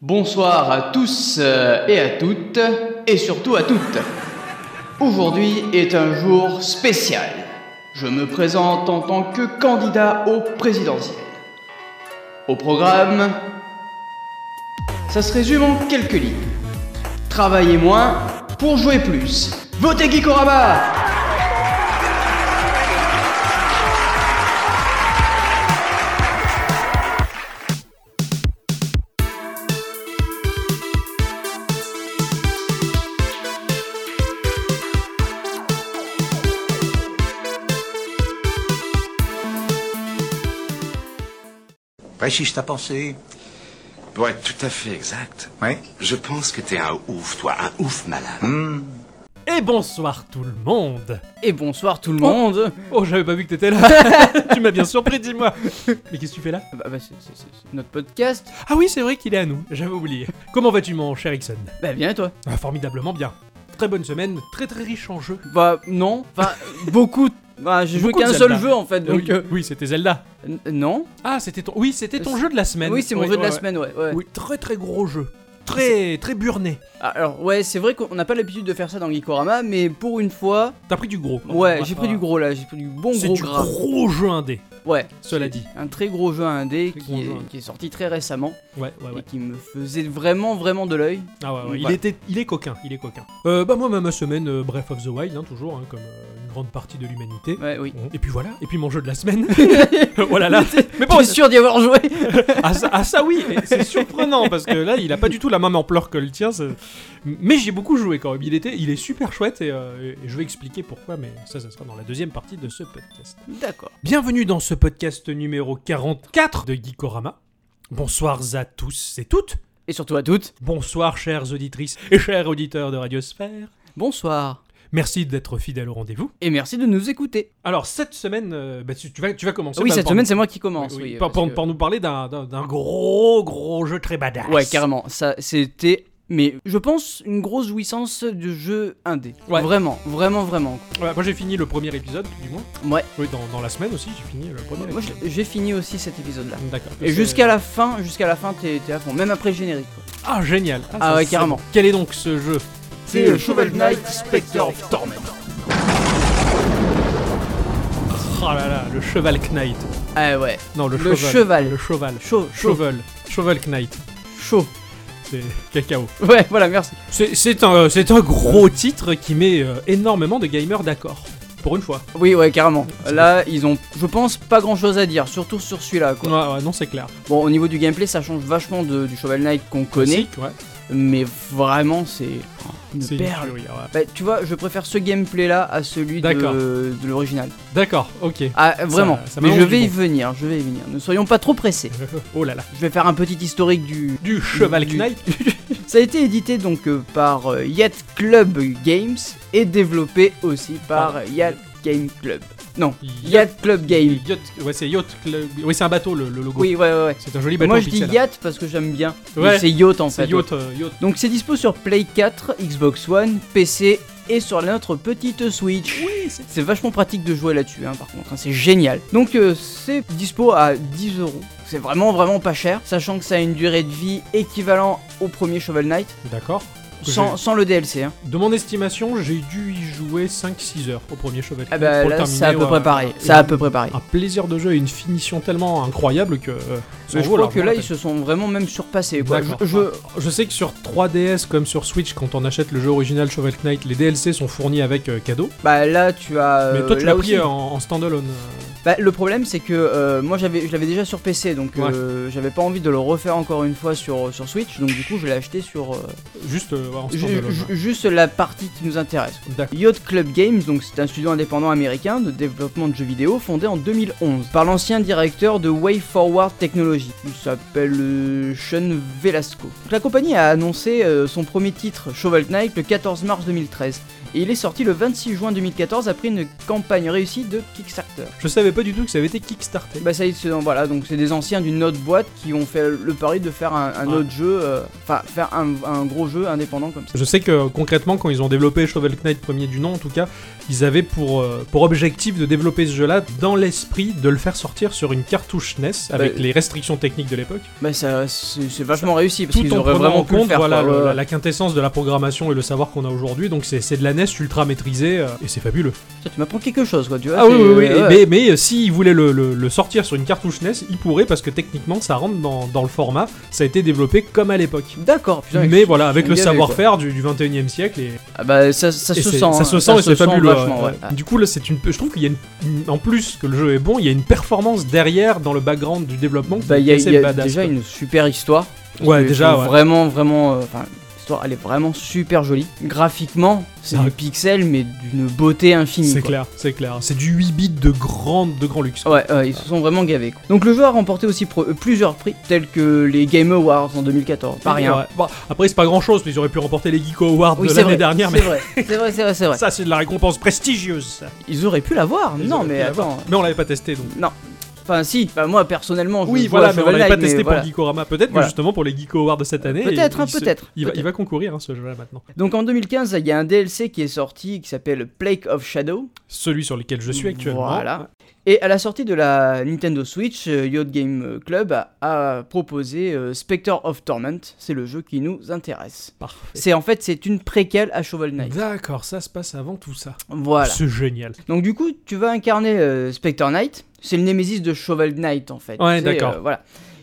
Bonsoir à tous euh, et à toutes, et surtout à toutes. Aujourd'hui est un jour spécial. Je me présente en tant que candidat au présidentiel. Au programme, ça se résume en quelques lignes. Travailler moins pour jouer plus. Votez Gikorama Réfléchis ta pensée. Pour être tout à fait exact, Oui. je pense que t'es un ouf, toi, un ouf malade. Et bonsoir tout le monde Et bonsoir tout le monde Oh, j'avais pas vu que t'étais là Tu m'as bien surpris, dis-moi Mais qu'est-ce que tu fais là Bah, bah, c'est- c'est- c'est notre podcast. Ah oui, c'est vrai qu'il est à nous, j'avais oublié. Comment vas-tu, mon cher Ixon Bah bien et toi Ah, Formidablement bien. Très bonne semaine, très très riche en jeux. Bah non, enfin beaucoup. bah, j'ai joué Beaucoup de qu'un seul Zelda. jeu en fait, donc oui, oui, c'était Zelda. euh, n- non. Ah, c'était ton... Oui, c'était ton C'est- jeu de la semaine. oui, c'est mon jeu de la Euh, ouais, semaine, ouais. ouais. ouais. Oui, très très gros jeu. Très très burné. Ah, Alors ouais, c'est vrai qu'on n'a pas l'habitude de faire ça dans Gikorama, mais pour une fois, T'as pris du gros. ouais, Ah, j'ai pris ah. du gros là, j'ai pris du bon C'est gros du gras. gros jeu indé, Ouais, cela dit. un très gros jeu indé Très gros qui jeu est, indé. qui est sorti très récemment Ouais, ouais, et ouais. qui me faisait vraiment vraiment de l'œil. Ah ouais, ouais, il, Ouais. était, il est coquin, il est coquin. Euh, bah moi, ma- ma semaine, euh, Breath of the Wild, hein, toujours, hein, comme euh, une grande partie de l'humanité. Ouais, oui. Et puis voilà, et puis mon jeu de la semaine. voilà là. Mais bon, Pas sûr d'y avoir joué. ah ça, ah, ça oui, et c'est surprenant parce que là, il a pas du tout la même ampleur que le tien. ça- Mais j'ai beaucoup joué quand même. Il était, il est super chouette et, euh, et je vais expliquer pourquoi. Mais ça, ça sera dans la deuxième partie de ce podcast. D'accord. Bienvenue dans ce podcast numéro 44 de Geekorama. Bonsoir à tous et toutes. Et surtout à toutes. Bonsoir chères auditrices et chers auditeurs de Radiosphère. Bonsoir Merci d'être fidèle au rendez-vous. et merci de nous écouter. Alors cette semaine, euh, bah, tu, tu vas, tu vas commencer. oui, par- cette par- semaine c'est moi qui commence. oui, Oui, oui, euh, par- parce pour, que- pour nous parler d'un d'un- d'un gros gros jeu très badass. Ouais, carrément. Ça, c'était, mais je pense, une grosse jouissance de jeu indé. Ouais. Vraiment, vraiment, vraiment. Ouais, moi j'ai fini le premier épisode du moins. Ouais. Oui, dans, dans la semaine aussi j'ai fini le premier. Moi, épisode. je- j'ai fini aussi cet épisode-là. D'accord. Et jusqu'à la fin, jusqu'à la fin, t'es t'es à fond, même après le générique. quoi. Ah génial. Ah ça, ouais, c'est- carrément. Quel est donc ce jeu C'est le Shovel Knight Spectre of Torment. Oh là là, le cheval knight. Ah ouais, Non, le, Le cheval. cheval. Le cheval. chaud, chaud, Cheval. Cheval knight. chaud. C'est cacao. Ouais, voilà, merci. C'est- C'est un, c'est un gros titre qui met euh, énormément de gamers d'accord. Pour une fois. Oui, ouais, carrément. C'est Là, ils ont, je pense, pas grand-chose à dire, surtout sur celui-là, quoi. Ouais, ouais, non, c'est clair. Bon, au niveau du gameplay, ça change vachement de- du Shovel Knight qu'on connaît, Classique, ouais. mais vraiment, c'est oh, C'est une une perle. tuerie, ouais. Bah, tu vois, je préfère ce gameplay-là à celui de, D'accord. de l'original. D'accord, ok. Ah, vraiment. ça mais m'annonce je du vais y bon. venir, je vais y venir. Ne soyons pas trop pressés. oh là là. Je vais faire un petit historique du. Du cheval Du- knight. Ça a été édité donc euh, par euh, Yacht Club Games et développé aussi par euh, Yacht Game Club. Non, Yacht Club Game. Yacht. Ouais, c'est yacht. Club- Oui, c'est un bateau le, le logo. Oui, ouais, ouais. ouais. bah, C'est un joli bateau. Moi en je dis pixel art. Yacht parce que j'aime bien. Mais Ouais, C'est Yacht en C'est fait. yacht, euh, yacht. Donc c'est dispo sur Play 4, Xbox One, PC et sur notre petite Switch. Oui, c'est. C'est vachement pratique de jouer là-dessus, hein, par contre, hein, c'est génial. Donc euh, c'est dispo à 10 euros. C'est vraiment vraiment pas cher, sachant que ça a une durée de vie équivalent au premier Shovel Knight, D'accord. Que sans, sans le DLC. Hein. j'ai- De mon estimation, j'ai dû y jouer 5-6 heures au premier cheval Ah knight. bah pour le là, terminer, c'est à peu ouais. près pareil. C'est à peu près pareil. Un plaisir de jeu et une finition tellement incroyable que. euh, ça Mais je vaut crois que largement la là, peine. ils se sont vraiment même surpassés. Quoi. Je, D'accord. je- Je sais que sur 3DS comme sur Switch, quand on achète le jeu original Shovel Knight, les DLC sont fournis avec euh, cadeau. bah là, tu as. Mais toi, euh, tu là l'as pris aussi. euh, en, en standalone. euh. Bah, le problème, c'est que euh, moi, j'avais, je l'avais déjà sur PC, donc Ouais. euh, j'avais pas envie de le refaire encore une fois sur, sur Switch. Donc du coup, je l'ai acheté sur euh, Juste euh, ouais, en ju- standalone. ju- juste la partie qui nous intéresse. ouais. D'accord. Yacht Club Games, donc c'est un studio indépendant américain de développement de jeux vidéo fondé en 2011 par l'ancien directeur de Way Forward Technology. Il s'appelle euh, Sean Velasco. Donc, la compagnie a annoncé euh, son premier titre, Shovel Knight, le 14 mars 2013. Et il est sorti le 26 juin 2014 après une campagne réussie de Kickstarter. Je savais pas du tout que ça avait été Kickstarter. Bah ça y est, c'est- voilà, donc c'est des anciens d'une autre boîte qui ont fait le pari de faire un, un Ouais. autre jeu, euh, enfin faire un, un gros jeu indépendant comme ça. Je sais que euh, concrètement, quand ils ont développé Shovel Knight premier du nom, en tout cas, ils avaient pour, euh, pour objectif de développer ce jeu-là dans l'esprit de le faire sortir sur une cartouche NES avec Bah, les restrictions techniques de l'époque, Bah ça, c'est c'est vachement réussi parce tout qu'ils en auraient prenant vraiment en pu le compte faire. voilà, quoi, le- euh, ouais, la, ouais. la quintessence de la programmation et le savoir qu'on a aujourd'hui. Donc c'est c'est de la NES ultra maîtrisée euh, et c'est fabuleux. Ça, tu m'apprends quelque chose, quoi, tu vois. Ah oui, c'est- oui, oui. ouais, ouais. Mais, mais euh, s'ils voulaient le, le- le sortir sur une cartouche NES, ils pourraient parce que techniquement, ça rentre dans, dans le format. Ça a été développé comme à l'époque. D'accord, putain. Mais excuse- voilà, avec sont le gavés, savoir-faire du, du 21e siècle et, Ah bah ça, ça et se c'est- sent. ça hein, se sent et c'est fabuleux. vachement, ouais. Ah, ouais. Du coup, là, c'est une. Je trouve qu'il y a une, une- en plus que le jeu est bon, il y a une performance derrière dans le background du développement. qui Bah, il y est a, assez il y a badass, déjà quoi. une super histoire. Parce Ouais, que déjà, c'est ouais. Vraiment, vraiment. euh, Enfin, l'histoire, elle est vraiment super jolie. Graphiquement, c'est Ah du ouais. pixel, mais d'une beauté infinie. C'est quoi. Oh, clair, c'est clair. C'est du 8 bits de grand, de grand luxe. Ouais, ouais, ils se sont vraiment gavés. quoi. Donc le jeu a remporté aussi pro- euh, plusieurs prix, tels que les Game Awards en 2014. Pas rien. Ouais. Bon, après, c'est pas grand chose, mais ils auraient pu remporter les Geeko Awards Oui, de c'est vrai. l'année dernière, C'est mais vrai, c'est vrai, c'est vrai, c'est vrai. ça, c'est de la récompense prestigieuse. ça. Ils auraient pu l'avoir. Ils Non, auraient mais pu l'avoir. attends. Mais on l'avait pas testé donc. Non. Enfin, si. Bah, moi personnellement, je Oui, joue à voilà, mais on Shovel l'avait pas Knight, mais testé pour voilà. Geekorama, peut-être, Voilà. mais justement pour les Geeko Awards de cette année. Peut-être, il- hein, il se- peut-être, Il, va- il peut-être. va concourir hein, ce jeu-là maintenant. Donc en 2015, il y a un DLC qui est sorti qui s'appelle Plague of Shadow. Celui sur lequel je suis actuellement. Voilà. Et à la sortie de la Nintendo Switch, euh, Yacht Game Club a, a proposé euh, Spectre of Torment. C'est le jeu qui nous intéresse. Parfait. C'est en fait c'est une préquelle à Shovel Knight. D'accord, ça se passe avant tout ça. Voilà. C'est génial. Donc du coup, tu vas incarner euh, Spectre Knight. C'est le némésis de Shovel Knight en fait. Ouais, C'est, euh, d'accord. voilà.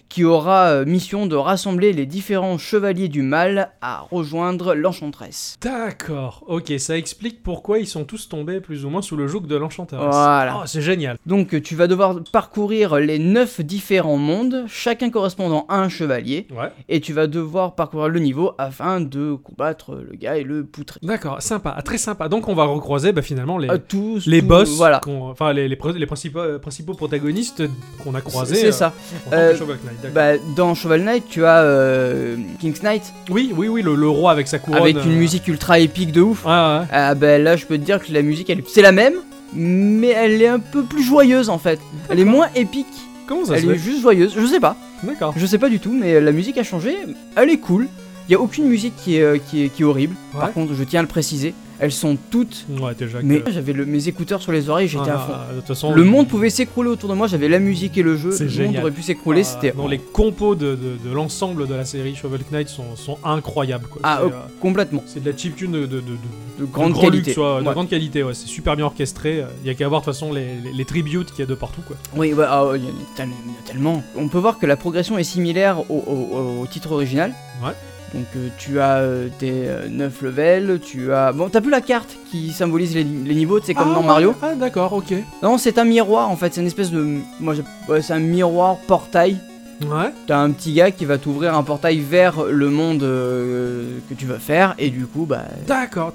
Qui aura euh, mission de rassembler les différents chevaliers du mal à rejoindre l'enchanteresse. D'accord, ok, ça explique pourquoi ils sont tous tombés plus ou moins sous le joug de l'enchanteur. Voilà. Oh, c'est génial. Donc euh, tu vas devoir parcourir les 9 différents mondes, chacun correspondant à un chevalier, Ouais. et tu vas devoir parcourir le niveau afin de combattre le gars et le poutrer. D'accord, sympa, ah, très sympa. Donc on va recroiser bah, finalement les, À tous, les tous, boss, Euh, voilà. qu'on- enfin les, les pr- les principaux, euh, principaux protagonistes qu'on a croisés. C'est euh, ça. en tant que Euh, Shovel Knight, d'accord. Bah, dans Shovel Knight, tu as euh, King's Knight oui, oui, oui, le, le roi avec sa couronne. avec euh, une musique ultra épique de ouf. Ouais, ouais. Ah bah là, je peux te dire que la musique, elle, c'est la même, mais elle est un peu plus joyeuse en fait. Elle est moins épique. Comment ça se Elle est fait juste joyeuse. Je sais pas. D'accord. Je sais pas du tout, mais la musique a changé. Elle est cool. Il y a aucune musique qui est, euh, qui est, qui est horrible. Par Ouais. contre, je tiens à le préciser, elles sont toutes. Ouais, déjà que- Mais j'avais le- mes écouteurs sur les oreilles, j'étais Ah, à fond. de toute façon, Le monde pouvait s'écrouler autour de moi, j'avais la musique et le jeu. C'est Le monde génial. aurait pu s'écrouler, Ah, c'était. non, les compos de, de- de l'ensemble de la série Shovel Knight sont, sont incroyables. Quoi. Ah, C'est, oh, euh, complètement. c'est de la chiptune de, de, de- de- De grande de grand qualité. luxe, ouais, de Ouais. grande qualité, ouais. C'est super bien orchestré. Il y a qu'à voir de toute façon les, les, les tributes qu'il y a de partout, quoi. Oui, ouais, ah, ouais, il y en a tellement- il y en a tellement. On peut voir que la progression est similaire au, au- au titre original. Ouais. Donc euh, tu as euh, tes 9 levels, tu as... Bon, t'as plus la carte qui symbolise les, les niveaux, c'est comme dans Mario. Ah, d'accord, ok. Non, c'est un miroir en fait, c'est une espèce de... Moi, j'ai- ouais, c'est un miroir portail. Ouais. T'as un petit gars qui va t'ouvrir un portail vers le monde euh, que tu vas faire, et du coup, bah, D'accord.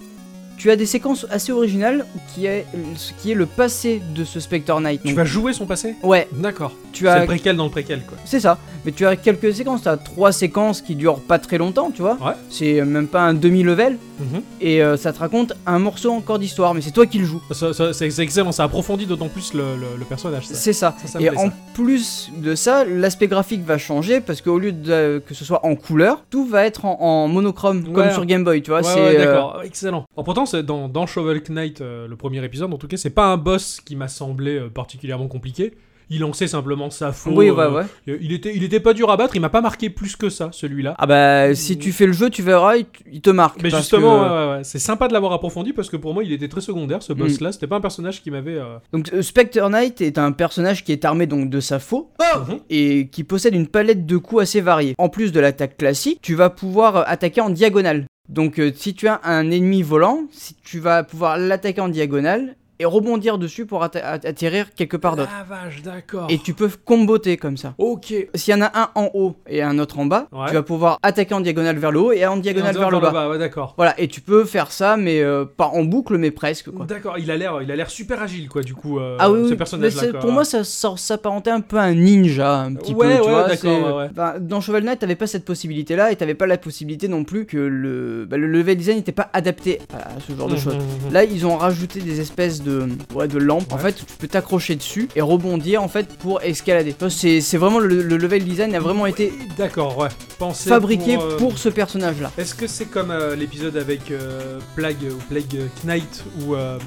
tu as des séquences assez originales qui est, ce qui est le passé de ce Spectre Knight. Tu Donc, vas jouer son passé Ouais, Mm. D'accord. Bah, tu C'est le as préquel dans le préquel, quoi. C'est ça. Mais tu as quelques séquences, tu as trois séquences qui durent pas très longtemps, tu vois. Ouais. C'est euh, même pas un demi-level. Mhm. Et euh, ça te raconte un morceau encore d'histoire, mais c'est toi qui le joues. Ça- ça- C'est c'est excellent, ça approfondit d'autant plus le, le- le personnage. Ça. C'est ça. Ça, ça me et plaît, en ça. plus de ça, l'aspect graphique va changer parce qu'au lieu de, que ce soit en couleur, tout va être en, en monochrome, comme Ouais. sur Game Boy, tu vois. Ouais, c'est, ouais, euh, d'accord, Ah, excellent. En pourtant, c'est dans, dans Shovel Knight, euh, le premier épisode, en tout cas, c'est pas un boss qui m'a semblé euh, particulièrement compliqué. Il lançait simplement sa faute. euh, Oui, ouais, ouais. Il était, il était pas dur à battre, il m'a pas marqué plus que ça, celui-là. Ah bah, si tu fais le jeu, tu verras, il, il te marque. Mais parce justement, ouais, que- Mm. ouais, ouais, c'est sympa de l'avoir approfondi parce que pour moi, il était très secondaire ce boss-là. C'était pas un personnage qui m'avait. euh, Donc, euh, Spectre Knight est un personnage qui est armé donc de sa faux. mhm. et qui possède une palette de coups assez variée. En plus de l'attaque classique, tu vas pouvoir euh, attaquer en diagonale. Donc euh, si tu as un ennemi volant, si tu vas pouvoir l'attaquer en diagonale et rebondir dessus pour atta- at- atterrir quelque part d'autre. Ah vache, d'accord. Et tu peux comboter comme ça. Ok. S'il y en a un en haut et un autre en bas, Ouais. tu vas pouvoir attaquer en diagonale vers le haut et en diagonale vers le bas. bah, ouais, d'accord. Voilà, et tu peux faire ça, mais euh, pas en boucle, mais presque quoi. D'accord, il a l'air, il a l'air super agile, quoi. Du coup, euh, Mm. Ah oui, oui, ce mais personnage-là. c'est- quoi. pour moi, ça sort- s'apparentait un peu à un ninja, un petit Ouais, peu. tu ouais, vois, d'accord, c'est- ouais, ouais. Enfin, dans Shovel Knight, t'avais pas cette possibilité-là, et t'avais pas la possibilité non plus que le, bah, le level design n'était pas adapté à ce genre de Mhm, choses. mhm, mhm. Là, ils ont rajouté des espèces de, ouais, de lampe. En Ouais. fait, tu peux t'accrocher dessus et rebondir en fait pour escalader. Ça, C'est c'est vraiment le, le level design a vraiment été D'accord, ouais. Pensez fabriqué euh, pour ce personnage-là. Est-ce que c'est comme euh, l'épisode avec euh, Plague ou Plague Knight où euh,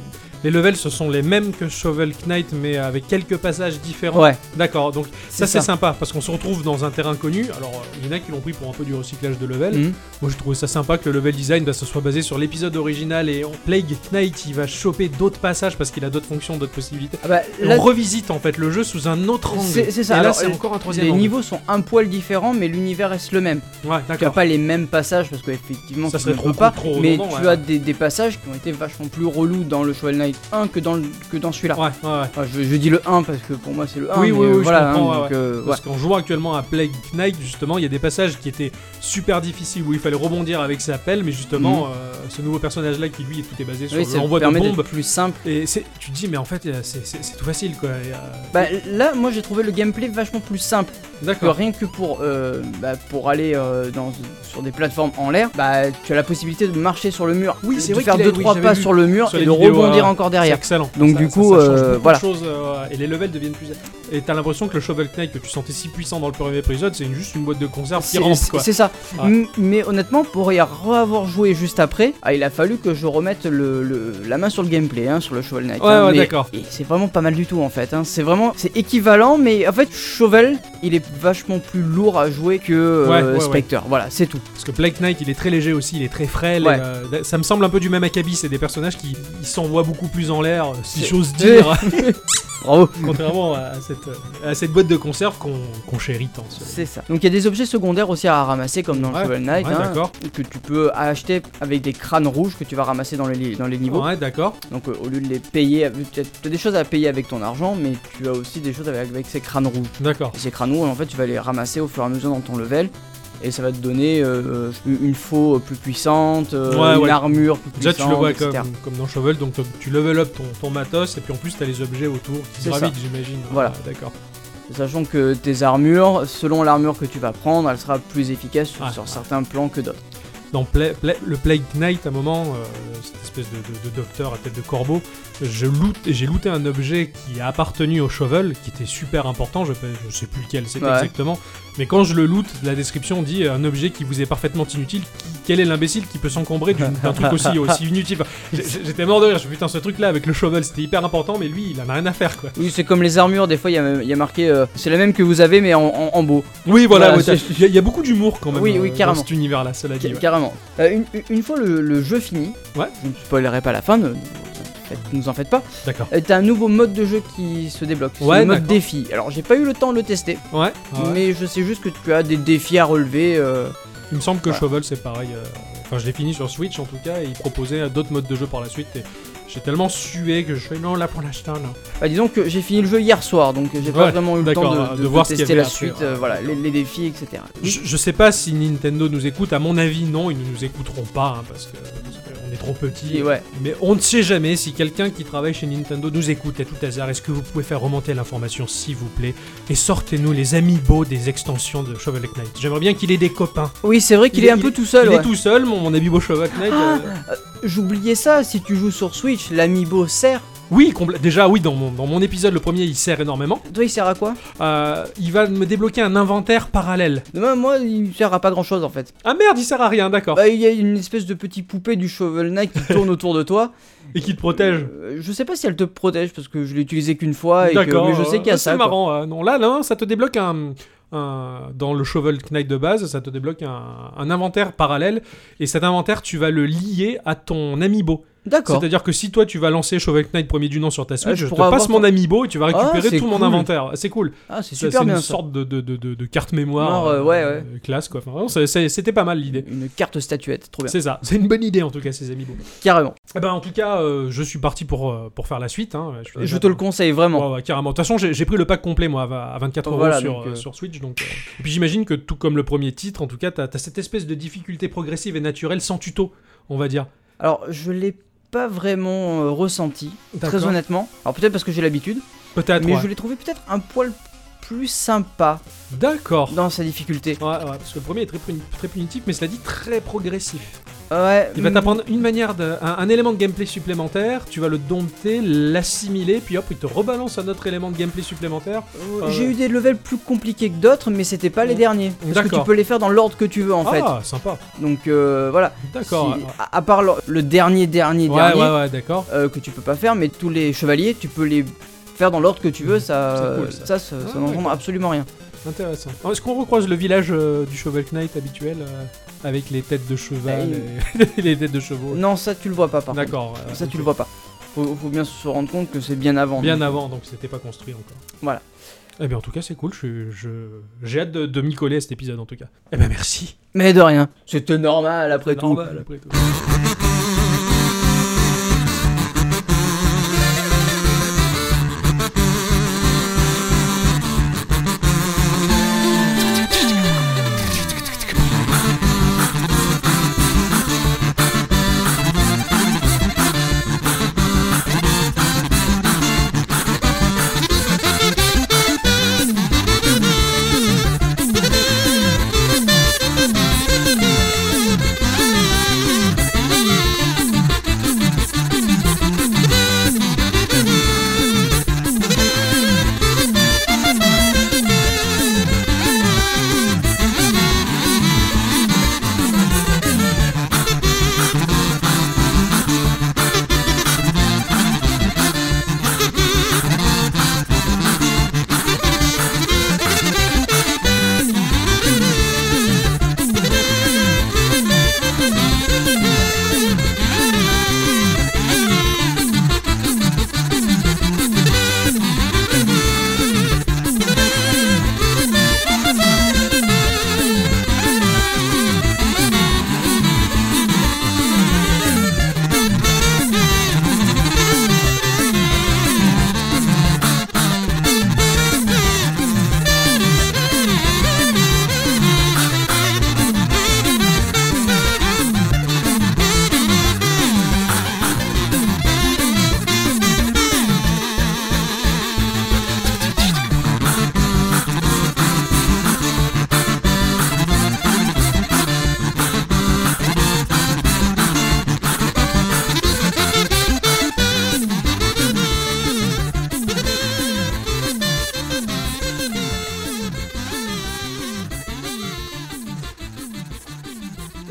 les levels ce sont les mêmes que Shovel Knight mais avec quelques passages différents Ouais, D'accord, donc ça c'est c'est ça. sympa parce qu'on se retrouve dans un terrain connu. Alors euh, il y en a qui l'ont pris pour un peu du recyclage de level. Mhm. Moi je trouvais ça sympa que le level design bah, se soit basé sur l'épisode original et en Plague Knight il va choper d'autres passages parce qu'il a d'autres fonctions, d'autres possibilités. Ah bah, Et là, on revisite en fait le jeu sous un autre angle. C'est- c'est ça, Et là alors, c'est euh, encore un troisième les angle. niveaux sont un poil différents, mais l'univers reste le même. Ouais, Tu n'as d'accord. pas les mêmes passages parce qu'effectivement, Ça tu serait ne trop- peux pas. trop mais redondant, tu ouais. as des, des passages qui ont été vachement plus relous dans le Shovel Knight 1 que dans, le- que dans celui-là. Ouais, ouais, ouais. Enfin, je, je dis le 1 parce que pour moi c'est le 1. Oui, mais oui, oui, euh, je voilà, comprends, hein, ouais, donc, ouais. euh, Parce qu'on joue actuellement à Plague Knight, justement, il y a des passages qui étaient super difficiles où il fallait rebondir avec sa pelle, mais justement, euh, ce nouveau personnage-là qui lui, tout est basé ouais. sur Mhm. Oui, ça l'envoi de permet d'être bombes. plus simple. Et c'est- tu te dis, mais en fait, euh, c'est c'est- c'est tout facile quoi. Et, euh, Bah, là, moi j'ai trouvé le gameplay vachement plus simple. Que D'accord. rien que pour, euh, bah, pour aller euh, dans, sur des plateformes en l'air, bah, tu as la possibilité de marcher sur le mur, Oui, c'est de vrai faire qu'il a- 2 oui, 3 j'avais pas vu sur le mur sur et les de vidéos, rebondir euh, encore C'est derrière. excellent. Ah, Donc, Ça- du ça- coup, ça change euh, beaucoup de voilà. choses, euh, et les levels deviennent plus. Et t'as l'impression que le Shovel Knight que tu sentais si puissant dans le premier épisode, c'est une- juste une boîte de conserve qui C'est- rampe C'est quoi. c'est ça. Ouais. M- Mais honnêtement, pour y avoir joué juste après, ah, il a fallu que je remette le, le- la main sur le gameplay, hein, sur le Shovel Knight. Ouais, hein, ouais, mais- d'accord. Et c'est vraiment pas mal du tout en fait. hein. C'est vraiment c'est équivalent, mais en fait, Shovel, il est vachement plus lourd à jouer que euh, Ouais, ouais, ouais. Spectre. Voilà, c'est tout. Parce que Black Knight, il est très léger aussi, il est très frêle. Ouais. et, euh, ça me semble un peu du même acabit. C'est des personnages qui ils s'envoient beaucoup plus en l'air, euh, si C'est- j'ose dire. Bravo. Contrairement à cette, euh, à cette boîte de conserve qu'on qu'on chérit tant. ce- C'est ça. Donc il y a des objets secondaires aussi à ramasser comme dans Ouais, Shovel Knight, ouais, hein, d'accord. que tu peux acheter avec des crânes rouges que tu vas ramasser dans les, li- dans les niveaux. Ouais, d'accord. Donc euh, au lieu de les payer, avec- tu as, tu as des choses à payer avec ton argent, mais tu as aussi des choses avec, avec ces crânes rouges. D'accord. Et ces crânes rouges, en fait, tu vas les ramasser au fur et à mesure dans ton level. Et ça va te donner euh, une faux plus puissante, euh, Ouais, une ouais. armure plus Déjà, puissante, tu le vois etc. comme, comme dans Shovel, donc tu- tu level up ton, ton matos, et puis en plus, t'as les objets autour qui C'est gravitent, j'imagine. Voilà. Ouais, d'accord. Sachant que tes armures, selon l'armure que tu vas prendre, elle sera plus efficace sur, Ouais, sur ouais. certains plans que d'autres. Dans Pla- Pla- le Plague Knight, à un moment, euh, cette espèce de, de- de docteur à tête de corbeau, je loot- j'ai looté un objet qui a appartenu au Shovel, qui était super important, je, peux- je sais plus lequel c'était Ouais. exactement, mais quand je le loot, la description dit euh, un objet qui vous est parfaitement inutile, qui- quel est l'imbécile qui peut s'encombrer d'une- d'un truc aussi, aussi inutile Enfin, j'ai- j'ai- J'étais mort de rire, je me suis dit, putain, ce truc-là avec le Shovel, c'était hyper important, mais lui, il en a rien à faire, quoi. Oui, c'est comme les armures, des fois il y a, il y a marqué euh, c'est la même que vous avez, mais en, en- en beau. Oui, voilà, Voilà, ouais, t'as- c'est- Bah, il y, a- il y a beaucoup d'humour quand même Oui, oui, euh, dans carrément. cet univers-là, cela Ca- dit. ouais. Carrément. Euh, une, une fois le, le jeu fini, Ouais. je ne spoilerai pas la fin, ne, ne faites- nous en faites pas, D'accord. euh, t'as un nouveau mode de jeu qui se débloque. c'est Ouais, le mode d'accord. défi. Alors j'ai pas eu le temps de le tester, Ouais, ouais. mais je sais juste que tu as des défis à relever. euh, Il me semble que Voilà. Shovel c'est pareil. euh, Enfin, je l'ai fini sur Switch en tout cas, et il proposait euh, d'autres modes de jeu par la suite. Et j'ai tellement sué que je fais non là pour l'acheter non. Bah, disons que j'ai fini le jeu hier soir, donc j'ai pas Ouais, vraiment eu le d'accord, hein, temps de, de voir ce qu'il y tester avait la à faire, suite, ouais. euh, voilà, les, les défis, etc. Je, je sais pas si Nintendo nous écoute. À mon avis, non, ils ne nous écouteront pas hein, parce que parce qu'on est trop petit. Et ouais. Mais on ne sait jamais si quelqu'un qui travaille chez Nintendo nous écoute à tout hasard. Est-ce que vous pouvez faire remonter l'information, s'il vous plaît, et sortez-nous les amiibo des extensions de Shovel Knight. J'aimerais bien qu'il ait des copains. Oui, c'est vrai qu'il Il est, est- un peu tout seul. il ouais. est tout seul, mon, mon amiibo Shovel Knight. Ah, euh, J'oubliais ça, si tu joues sur Switch, l'amiibo sert. Oui, compl- déjà oui, dans mon- dans mon épisode le premier, il sert énormément. Toi, il sert à quoi Euh, il va me débloquer un inventaire parallèle. Demain, moi, il sert à pas grand chose en fait. Ah merde, il sert à rien, d'accord. Bah, il y a une espèce de petite poupée du Shovel Knight qui tourne autour de toi. et qui te protège. Euh, je sais pas si elle te protège parce que je l'ai utilisée qu'une fois et que, D'accord. mais je sais qu'il y a euh, ça. C'est quoi. marrant. euh, non, là, là, ça te débloque un, un- Dans le Shovel Knight de base, ça te débloque un, un inventaire parallèle. Et cet inventaire, tu vas le lier à ton amiibo. D'accord. C'est-à-dire que si toi, tu vas lancer Shovel Knight premier du nom sur ta Switch, Ah, je je, te pourrais passe avoir mon amiibo et tu vas Ah, récupérer c'est tout mon cool. inventaire. C'est cool. Ah, c'est Ça, super c'est bien une ça. sorte de, de- de- de- de carte mémoire. Marre, euh, ouais, ouais. euh, Classe, quoi. Enfin, vraiment, c'est- c'est- C'était pas mal l'idée. Une carte statuette, trop bien. C'est ça. C'est une bonne idée, en tout cas, ces amiibo. Carrément. Eh ben, en tout cas, euh, je suis parti pour, euh, pour faire la suite. hein. Je, suis Je déjà te le dans- conseille vraiment. Ouais, ouais, carrément. De toute façon, j'ai j'ai pris le pack complet, moi, à va- à 24 euros Voilà, sur, donc, euh, euh, sur Switch. Donc, euh. Et puis j'imagine que, tout comme le premier titre, en tout cas, t'as as cette espèce de difficulté progressive et naturelle sans tuto, on va dire. Alors, je l'ai pas vraiment euh, ressenti, très D'accord. honnêtement. Alors, peut-être parce que j'ai l'habitude, Peut-être. mais ouais. je l'ai trouvé peut-être un poil plus sympa D'accord. dans sa difficulté. Ouais, ouais, parce que le premier est très, puni- très punitif, mais cela dit très progressif. Ouais. Il va mm, t'apprendre une manière, de, un, un élément de gameplay supplémentaire, tu vas le dompter, l'assimiler, puis hop, il te rebalance un autre élément de gameplay supplémentaire. euh, J'ai eu des levels plus compliqués que d'autres, mais c'était pas les Mm. derniers. Parce que D'accord. tu peux les faire dans l'ordre que tu veux en fait. ah, sympa. Donc euh, voilà. D'accord. Si- à, à part le, le dernier, dernier, Ouais, ouais, dernier, ouais, d'accord. euh, que tu peux pas faire, mais tous les chevaliers, tu peux les faire dans l'ordre que tu veux. Ça, C'est cool, ça. ça, ça, ça Ah, n'engendre d'accord. absolument rien. Intéressant. Alors, Est-ce qu'on recroise le village euh, du Shovel Knight habituel euh, avec les têtes de cheval et les têtes de chevaux Bah, Non, ça tu le vois pas par contre. D'accord. euh, Ça tu ok. le vois pas. Faut, faut bien se rendre compte que c'est bien avant. Bien donc. avant, donc c'était pas construit encore. Voilà. Eh bien, en tout cas, c'est cool. je- je- J'ai hâte de, de m'y coller à cet épisode, en tout cas. Eh bien, merci. Mais de rien. C'était normal après tout. Normal, après tout.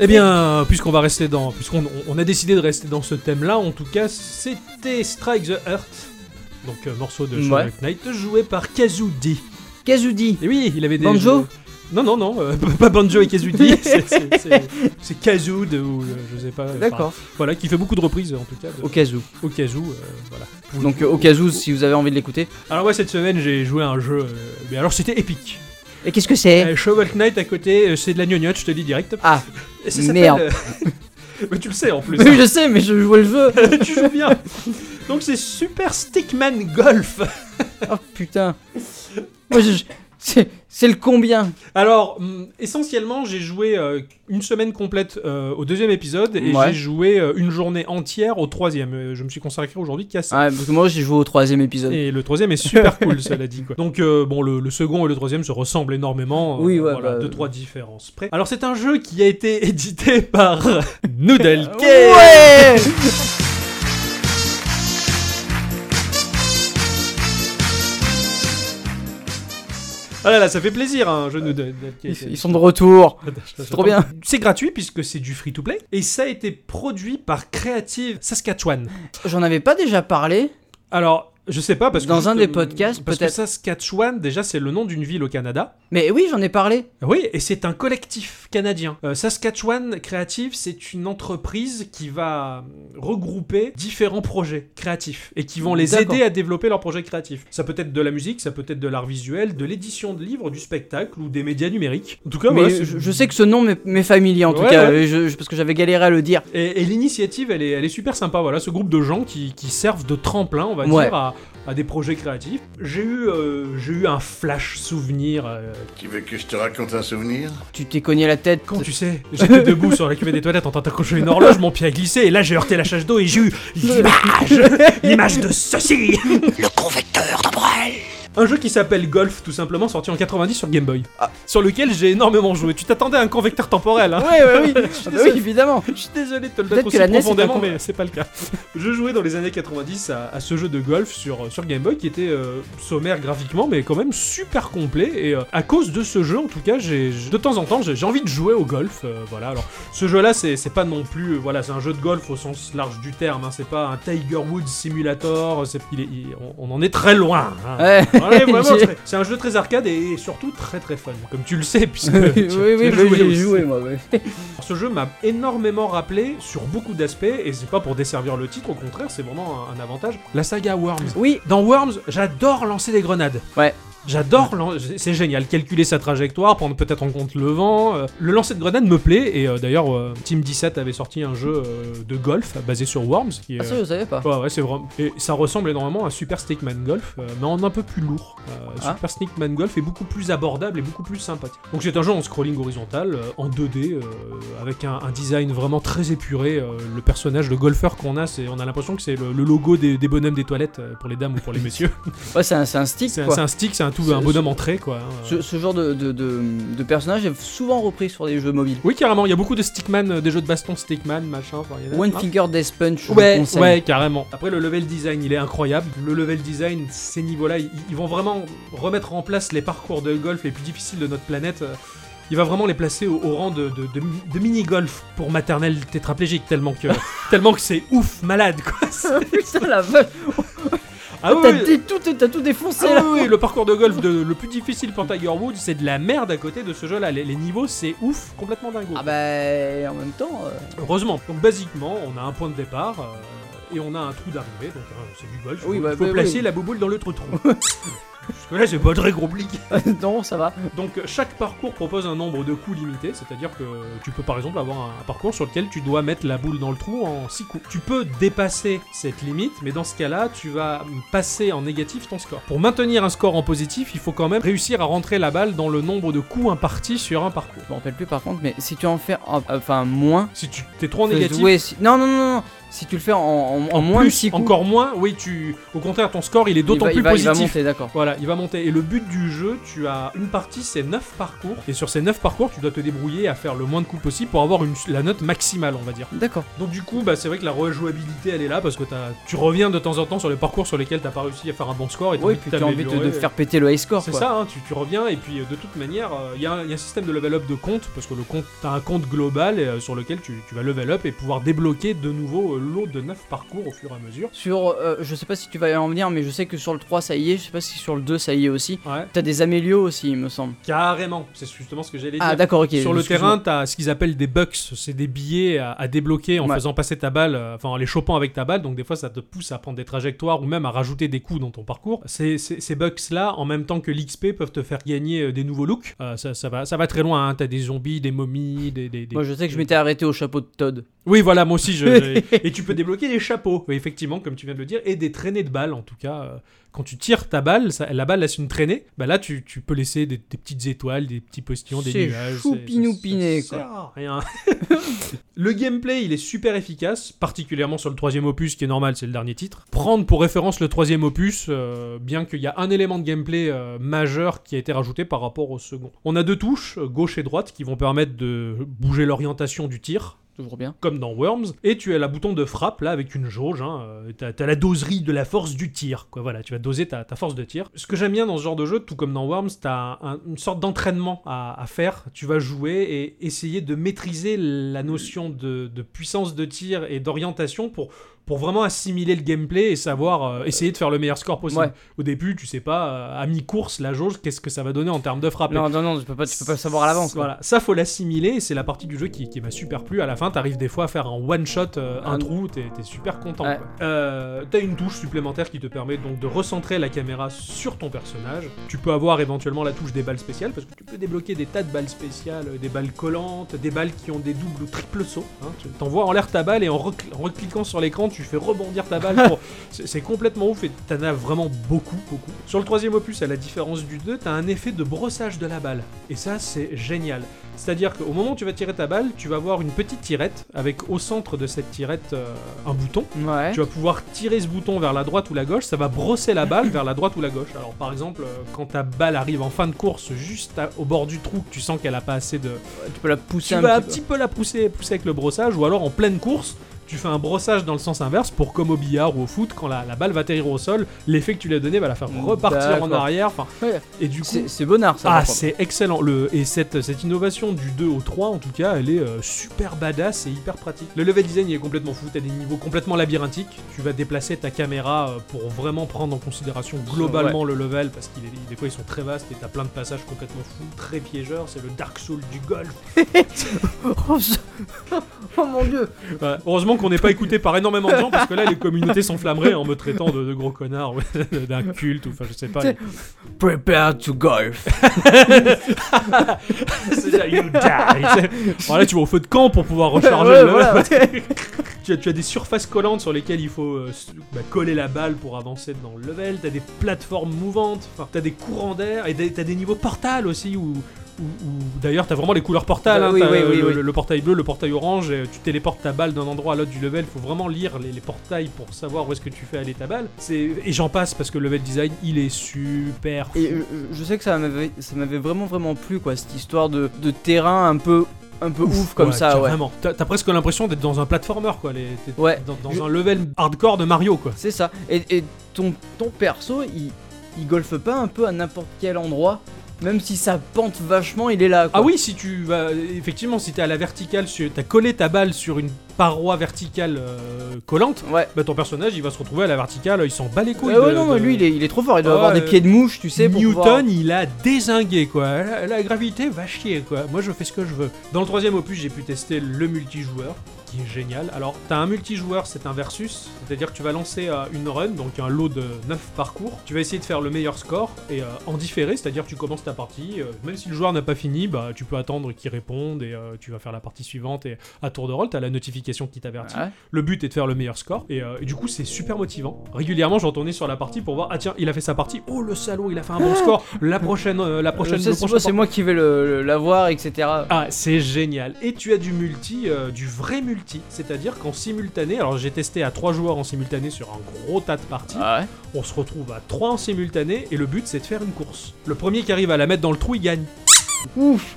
Eh bien, puisqu'on va rester dans, puisqu'on on- on a décidé de rester dans ce thème-là, en tout cas, c'était Strike the Heart, donc euh, morceau de Shovel Knight joué par Kazudi. Kazudi. Et oui, il avait des Banjo Non, non, non, euh, pas Banjo et Kazudi, c'est- c'est- c'est- c'est Kazoud ou euh, je sais pas. euh, D'accord. enfin, voilà, qui fait beaucoup de reprises en tout cas. De, Au cas où. Au Kazoo, euh, voilà. Donc euh, au cas où, si vous avez envie de l'écouter. Alors moi cette semaine j'ai joué à un jeu, euh, mais alors c'était épique. Et qu'est-ce que c'est Euh, Shovel Knight à côté, euh, c'est de la gnognotte, je te dis direct. Ah, Et ça s'appelle, merde. euh, mais tu le sais en plus. Oui, je sais, mais je jouais le jeu. hein. tu joues bien. Donc c'est Super Stickman Golf. Oh putain. Moi, je- je- c'est, c'est le combien Alors hum, essentiellement j'ai joué euh, une semaine complète euh, au deuxième épisode et Ouais. j'ai joué euh, une journée entière au troisième. Euh, Je me suis consacré aujourd'hui qu'à ça. Ouais, parce que moi j'ai joué au troisième épisode. Et le troisième est super cool, cela dit. Quoi. Donc, euh, bon, le, le second et le troisième se ressemblent énormément. Oui, ouais, Voilà, bah, deux, euh. trois différences près. Alors, c'est un jeu qui a été édité par Ah, Noodle Cake. Ouais Ah là là, ça fait plaisir, un jeu Noodle ils, Cake. ils sont de retour. C'est trop bien. C'est gratuit puisque c'est du free-to-play. Et ça a été produit par Creative Saskatchewan. J'en avais pas déjà parlé. Alors... Je sais pas parce que Dans un juste- des podcasts, parce que peut-être. Saskatchewan déjà c'est le nom d'une ville au Canada Mais oui, j'en ai parlé. Oui, et c'est un collectif canadien. Euh, Saskatchewan Creative, c'est une entreprise qui va euh, regrouper différents projets créatifs et qui vont les D'accord. aider à développer leurs projets créatifs. Ça peut être de la musique, ça peut être de l'art visuel, de l'édition de livres, du spectacle ou des médias numériques. En tout cas, mais voilà, c'est- je, je sais que ce nom m'est, m'est familier en tout Ouais, cas, ouais. euh, je- je- parce que j'avais galéré à le dire. Et, et l'initiative, elle est, elle est super sympa. Voilà, ce groupe de gens qui, qui servent de tremplin, on va Ouais. dire, à, à des projets créatifs. J'ai eu, euh, j'ai eu un flash souvenir euh, Tu veux que je te raconte un souvenir Tu t'es cogné la tête. Quand tu sais, j'étais debout sur la cuvette des toilettes en train d'accrocher une horloge, mon pied a glissé et là j'ai heurté la chasse d'eau et j'ai eu l'image, l'image de ceci. Le convecteur un jeu qui s'appelle Golf, tout simplement, sorti en 90 sur Game Boy. Sur lequel j'ai énormément joué. Tu t'attendais à un convecteur temporel, hein Ouais, ouais, oui. Ah bah oui, désolé. évidemment. Je suis désolé de te le Peut-être dire que aussi la NES est profondément, un con- mais c'est pas le cas. Je jouais dans les années 90 à, à ce jeu de golf sur, sur Game Boy qui était euh, sommaire graphiquement, mais quand même super complet. Et euh, à cause de ce jeu, en tout cas, j'ai j'ai- de temps en temps, j'ai j'ai envie de jouer au golf. euh, voilà. Alors, ce jeu-là, c'est c'est pas non plus, euh, voilà, c'est un jeu de golf au sens large du terme. hein, c'est pas un Tiger Woods Simulator. euh, c'est- il est- il- on, on en est très loin. hein. Ouais. Voilà, vraiment, J'ai- très- c'est un jeu très arcade et surtout très très fun, comme tu le sais, puisque oui, tu- oui, tu oui, as bah, j'ai aussi. joué moi. ouais. Alors, Ce jeu m'a énormément rappelé sur beaucoup d'aspects, et c'est pas pour desservir le titre, au contraire, c'est vraiment un, un avantage. La saga Worms. Oui, Dans Worms, j'adore lancer des grenades. Ouais. J'adore, lan- c'est génial, calculer sa trajectoire, prendre peut-être en compte le vent. euh, Le lancer de grenade me plaît, et euh, d'ailleurs, euh, Team 17 avait sorti un jeu euh, de golf basé sur Worms, qui est, ah, ça je savais pas. Ouais, ouais, c'est vraiment. Et ça ressemble énormément à Super Stickman Golf, euh, mais en un peu plus lourd. Euh, Ah. Super Stickman Golf est beaucoup plus abordable et beaucoup plus sympathique. Donc c'est un jeu en scrolling horizontal, euh, en 2D, euh, avec un, un design vraiment très épuré. euh, le personnage, le golfeur qu'on a, c'est, on a l'impression que c'est le, le logo des, des bonhommes des toilettes euh, pour les dames ou pour les messieurs. Ouais, c'est un, c'est un stick c'est, un, quoi. c'est un stick, c'est un, tout, C'est- un bonhomme en trait, quoi. hein. Ce, ce genre de, de, de, de personnage est souvent repris sur des jeux mobiles. Oui, carrément, il y a beaucoup de Stickman, euh, des jeux de baston Stickman, machin. enfin, il y en a One plein. Finger Death Punch, je vous Ah. Ouais, conseille. ouais, carrément. Après, le level design, il est incroyable. Le level design, ces niveaux-là, ils, ils vont vraiment remettre en place les parcours de golf les plus difficiles de notre planète. Euh, Il va vraiment les placer au, au rang de, de- de mi- de mini-golf pour maternelle tétraplégique, tellement que, tellement que c'est ouf, malade, quoi. C'est- Putain la vache, Ah t'as oui, oui. dé- tout, t'as tout défoncé Ah là. oui, oui, le parcours de golf de- le plus difficile pour Tiger Woods, c'est de la merde à côté de ce jeu-là. Les, les niveaux, c'est ouf, complètement dingo. Ah bah en même temps, euh, Heureusement. Donc basiquement, on a un point de départ euh, et on a un trou d'arrivée. Donc euh, c'est du golf. Oui, il bah, faut bah, placer oui. la bouboule dans le trou. Parce que là, c'est pas très compliqué. non ça va. Donc euh, chaque parcours propose un nombre de coups limité, c'est-à-dire que tu peux par exemple avoir un, un parcours sur lequel tu dois mettre la boule dans le trou en 6 coups. Tu peux dépasser cette limite, mais dans ce cas-là, tu vas passer en négatif ton score. Pour maintenir un score en positif, il faut quand même réussir à rentrer la balle dans le nombre de coups impartis sur un parcours. Je me rappelle plus par contre, mais si tu en fais en- enfin moins, Si tu t'es trop en fais- négatif, ouais, si- non, non non non, si tu le fais en, en, en moins de plus, 6 coups, encore moins, oui, tu. Au contraire, ton score, il est il d'autant va- plus il va, il va positif. monter, d'accord. voilà, il va monter. Et le but du jeu, tu as une partie, c'est 9 parcours. Et sur ces 9 parcours, tu dois te débrouiller à faire le moins de coups possible pour avoir une- la note maximale, on va dire. D'accord. Donc, du coup, bah, c'est vrai que la rejouabilité, elle est là parce que t'as- tu reviens de temps en temps sur les parcours sur lesquels t'as pas réussi à faire un bon score. Et t'as Oui, envie de puis tu as envie de, de t'améliorer. faire péter le high score C'est quoi. ça, hein, tu, tu reviens et puis euh, de toute manière, il y, a un y a un système de level up de compte parce que le compte, t'as un compte global euh, sur lequel tu, tu vas level up et pouvoir débloquer de nouveau euh, l'eau de 9 parcours au fur et à mesure. Sur, euh, je sais pas si tu vas y en venir, mais je sais que sur le 3 ça y est, je sais pas si sur le 2 ça y est aussi. Ouais, T'as des amélios aussi, il me semble. carrément. C'est justement ce que j'allais Ah dire. d'accord, ok. Sur le excuse-moi. terrain, t'as ce qu'ils appellent des bucks, c'est des billets à, à débloquer en Ouais. faisant passer ta balle, euh, enfin en les chopant avec ta balle. Donc des fois, ça te pousse à prendre des trajectoires ou même à rajouter des coups dans ton parcours. Ces, ces, ces bucks là, en même temps que l'XP, peuvent te faire gagner euh, des nouveaux looks. Euh, ça, ça va, ça va très loin. hein. T'as des zombies, des momies, des. des, des- Moi je sais que je m'étais arrêté au chapeau de Todd. Oui, voilà, moi aussi. Je... et tu peux débloquer des chapeaux, oui, effectivement, comme tu viens de le dire, et des traînées de balles en tout cas. euh, Quand tu tires ta balle, ça- la balle laisse une traînée. Bah là, tu, tu peux laisser des, des petites étoiles, des petits postillons, des C'est nuages. choupinoupiné, ça- ça sert à rien. le gameplay, il est super efficace, particulièrement sur le troisième opus, qui est normal, c'est le dernier titre. Prendre pour référence le troisième opus, euh, bien qu'il y a un élément de gameplay euh, majeur qui a été rajouté par rapport au second. On a deux touches, euh, gauche et droite, qui vont permettre de bouger l'orientation du tir Toujours bien. comme dans Worms, et tu as la bouton de frappe là avec une jauge, hein, euh, t'as t'as la doserie de la force du tir, quoi, voilà, tu vas doser ta, ta force de tir. Ce que j'aime bien dans ce genre de jeu, tout comme dans Worms, t'as un- une sorte d'entraînement à, à faire, tu vas jouer et essayer de maîtriser la notion de, de puissance de tir et d'orientation pour, pour vraiment assimiler le gameplay et savoir euh, essayer de faire le meilleur score possible. Ouais. Au début, tu sais pas, euh, à mi-course, la jauge, qu'est-ce que ça va donner en termes de frappe. Et Non, non, non, tu peux pas, tu peux pas le savoir à l'avance. quoi. Voilà, ça faut l'assimiler et c'est la partie du jeu qui, qui m'a super plu. À la fin, t'arrives des fois à faire un one shot, euh, un Un- trou, t'es t'es super content. Ouais. quoi. Euh, T'as une touche supplémentaire qui te permet donc de recentrer la caméra sur ton personnage. Tu peux avoir éventuellement la touche des balles spéciales parce que tu peux débloquer des tas de balles spéciales, euh, des balles collantes, des balles qui ont des doubles ou triples sauts. hein. Tu t'envoies en l'air ta balle et en, recl- en recliquant sur l'écran, tu tu fais rebondir ta balle. pour- C'est c'est complètement ouf et t'en as vraiment beaucoup, beaucoup. Sur le troisième opus, à la différence du 2, t'as un effet de brossage de la balle. Et ça, c'est génial. C'est-à-dire qu'au moment où tu vas tirer ta balle, tu vas avoir une petite tirette avec au centre de cette tirette euh, un bouton. Ouais. Tu vas pouvoir tirer ce bouton vers la droite ou la gauche, ça va brosser la balle vers la droite ou la gauche. Alors par exemple, euh, quand ta balle arrive en fin de course juste à- au bord du trou, que tu sens qu'elle a pas assez de... Tu peux la pousser Tu un vas un petit peu. petit peu la pousser, pousser avec le brossage, ou alors en pleine course, tu fais un brossage dans le sens inverse pour comme au billard ou au foot, quand la, la balle va atterrir au sol, l'effet que tu lui as donné va la faire repartir en D'accord. arrière. Enfin, Ouais. Et du coup, C'est c'est bonnard ça. ah, par contre. c'est excellent. Le, et cette, cette innovation du 2 au 3, en tout cas, elle est euh, super badass et hyper pratique. Le level design il est complètement fou. T'as des niveaux complètement labyrinthiques. Tu vas déplacer ta caméra euh, pour vraiment prendre en considération globalement le level parce qu'il est- des fois ils sont très vastes et t'as plein de passages complètement fous, très piégeurs. C'est le Dark Soul du golf. Oh, je- oh, mon dieu. Ouais, heureusement qu'on n'est pas écouté par énormément de gens parce que là les communautés s'enflammeraient en me traitant de, de gros connard ou d'un culte ou enfin je sais pas. Prepare to golf. C'est ça, you die. voilà, tu vas au feu de camp pour pouvoir recharger Ouais, le- voilà. tu, as, tu as des surfaces collantes sur lesquelles il faut euh, s- bah, coller la balle pour avancer dans le level. T'as des plateformes mouvantes. Enfin, t'as des courants d'air et des- t'as des niveaux portales aussi où. où- où- D'ailleurs, t'as vraiment les couleurs portales. Bah hein. oui, T'as, oui, euh, oui, le, oui. le- le portail bleu, le portail orange. et tu téléportes ta balle d'un endroit à l'autre du level. Faut vraiment lire les, les portails pour savoir où est-ce que tu fais aller ta balle. C'est... Et j'en passe parce que le level design, il est super. Et fou. euh, je sais que ça m'avait ça m'avait vraiment vraiment plu quoi cette histoire de, de terrain un peu un peu euh, ouf, comme Ouais, ça ouais. Vraiment. T'as t'as presque l'impression d'être dans un platformer, quoi. les- t'es Ouais. Dans, dans Je- un level hardcore de Mario, quoi. C'est ça. Et, et ton ton perso il il golfe pas un peu à n'importe quel endroit même si ça pente vachement il est là quoi. Ah oui, si tu vas. Effectivement, si t'es à la verticale, sur- t'as collé ta balle sur une paroi verticale euh, collante, Ouais. bah ton personnage, il va se retrouver à la verticale, il s'en bat les couilles. Ah ouais, de- non, de- mais lui il est, il est trop fort, il doit Ah avoir ouais, des pieds de mouche, tu sais. Pour Newton, pouvoir- il a désingué quoi. La, la gravité va chier quoi. Moi, je fais ce que je veux. Dans le troisième opus, j'ai pu tester le multijoueur, qui est génial. Alors, t'as un multijoueur, c'est un versus, c'est-à-dire que tu vas lancer euh, une run, donc un lot de 9 parcours. Tu vas essayer de faire le meilleur score et euh, en différé, c'est-à-dire que tu commences ta partie, euh, même si le joueur n'a pas fini, bah tu peux attendre qu'il réponde et euh, tu vas faire la partie suivante et à tour de rôle, t'as la notification qui t'avertit. Ouais. Le but est de faire le meilleur score et, euh, et du coup c'est super motivant. Régulièrement je retournais sur la partie pour voir ah tiens il a fait sa partie oh le salaud il a fait un bon score la prochaine euh, la prochaine Je sais, Ah. le c'est prochain moi- c'est par- moi qui vais le- le- l'avoir, etc. ah c'est génial et tu as du multi euh, du vrai multi c'est-à-dire qu'en simultané alors j'ai testé à trois joueurs en simultané sur un gros tas de parties Ah ouais. on se retrouve à trois en simultané et le but c'est de faire une course le premier qui arrive à la mettre dans le trou il gagne Ouf.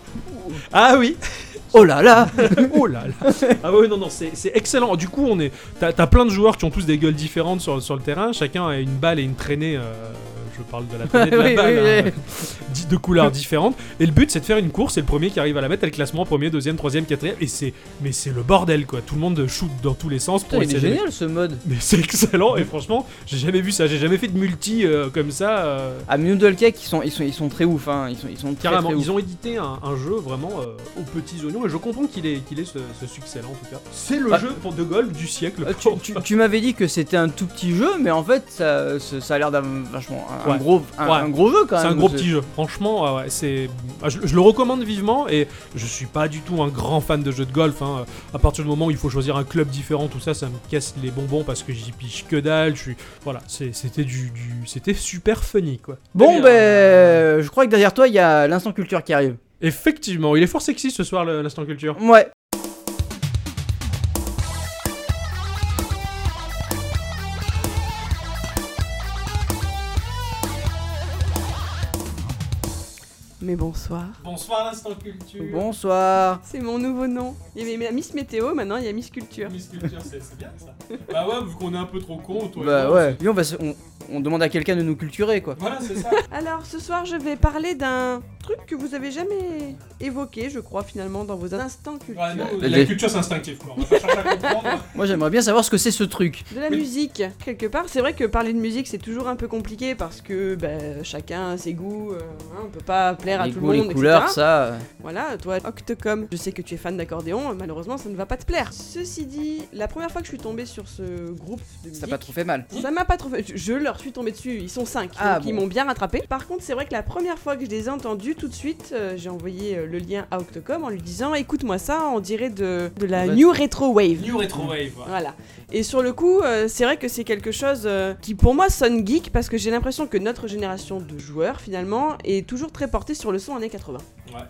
ah oui Oh là là. oh là là Ah ouais, non, non, c'est c'est excellent. Du coup, on est. T'as t'as plein de joueurs qui ont tous des gueules différentes sur, sur le terrain. Chacun a une balle et une traînée. euh, je parle de la traînée de la Oui, balle. oui, hein, dix- de couleurs différentes. Et le but, c'est de faire une course. Et le premier qui arrive à la mettre, elle classement premier, deuxième, troisième, quatrième. Et c'est. Mais c'est le bordel, quoi. Tout le monde shoot dans tous les sens Putain, pour il est essayer de- génial ce mode. Mais c'est excellent. Et franchement, j'ai jamais vu ça. J'ai jamais fait de multi euh, comme ça. euh, Ah, mais Noodle Cake, ils sont, ils sont, ils sont très ouf, hein. Ils sont, ils sont très, Carrément, très ouf. ils ont édité un, un jeu vraiment euh, aux petits oignons et je comprends qu'il ait, qu'il ait ce, ce succès-là en tout cas. C'est le Bah- jeu pour de golf du siècle. Euh, tu tu- tu m'avais dit que c'était un tout petit jeu, mais en fait, ça, ça ça a l'air d'un vachement un, un Ouais. gros, un, Ouais. un gros jeu quand C'est même. un gros petit jeu. Franchement, ah ouais, c'est, ah, je, je le recommande vivement et je suis pas du tout un grand fan de jeux de golf. hein. À partir du moment où il faut choisir un club différent, tout ça, ça me casse les bonbons parce que j'y pige que dalle. Je suis, voilà, c'est- c'était du, du- c'était super funny quoi. Bon, Et, ben, euh, je crois que derrière toi, il y a l'instant culture qui arrive. effectivement, il est fort sexy ce soir le- l'instant culture. Ouais. Mais bonsoir. Bonsoir l'instant culture. Bonsoir. C'est mon nouveau nom. Il y avait Miss Météo, maintenant il y a Miss Culture. Miss Culture, c'est c'est bien ça. Bah ouais, vu qu'on est un peu trop con, toi. et bah moi, ouais. Dis, on, va se- on, on demande à quelqu'un de nous culturer, quoi. c'est- Voilà, c'est ça. Alors ce soir, je vais parler d'un truc que vous avez jamais évoqué, je crois, finalement, dans vos instants culture. Ouais, nous, Bah, la des- culture, c'est instinctif. Quoi. On va pas chercher à comprendre. Moi, j'aimerais bien savoir ce que c'est ce truc. De la Oui. musique, quelque part. C'est vrai que parler de musique, c'est toujours un peu compliqué parce que bah, chacun a ses goûts, euh, hein, on peut pas plaire à les tout goûts, le les monde. couleurs, etc. ça. euh, Voilà, toi, Octocom, je sais que tu es fan d'accordéon, malheureusement, ça ne va pas te plaire. Ceci dit, la première fois que je suis tombée sur ce groupe de musique, Ça n'a pas trop fait mal. Hein Ça m'a pas trop fait. Je leur suis tombé dessus. Ils sont 5. Ah, donc ils bon. m'ont bien rattrapé. Par contre, c'est vrai que la première fois que je les ai entendus, tout de suite, euh, j'ai envoyé euh, le lien à Octocom en lui disant écoute-moi ça, on dirait de, de la Vas-y. New Retro Wave. New Retro Wave. Voilà. Et sur le coup, euh, c'est vrai que c'est quelque chose euh, qui pour moi sonne geek parce que j'ai l'impression que notre génération de joueurs finalement est toujours très portée sur le son années 80.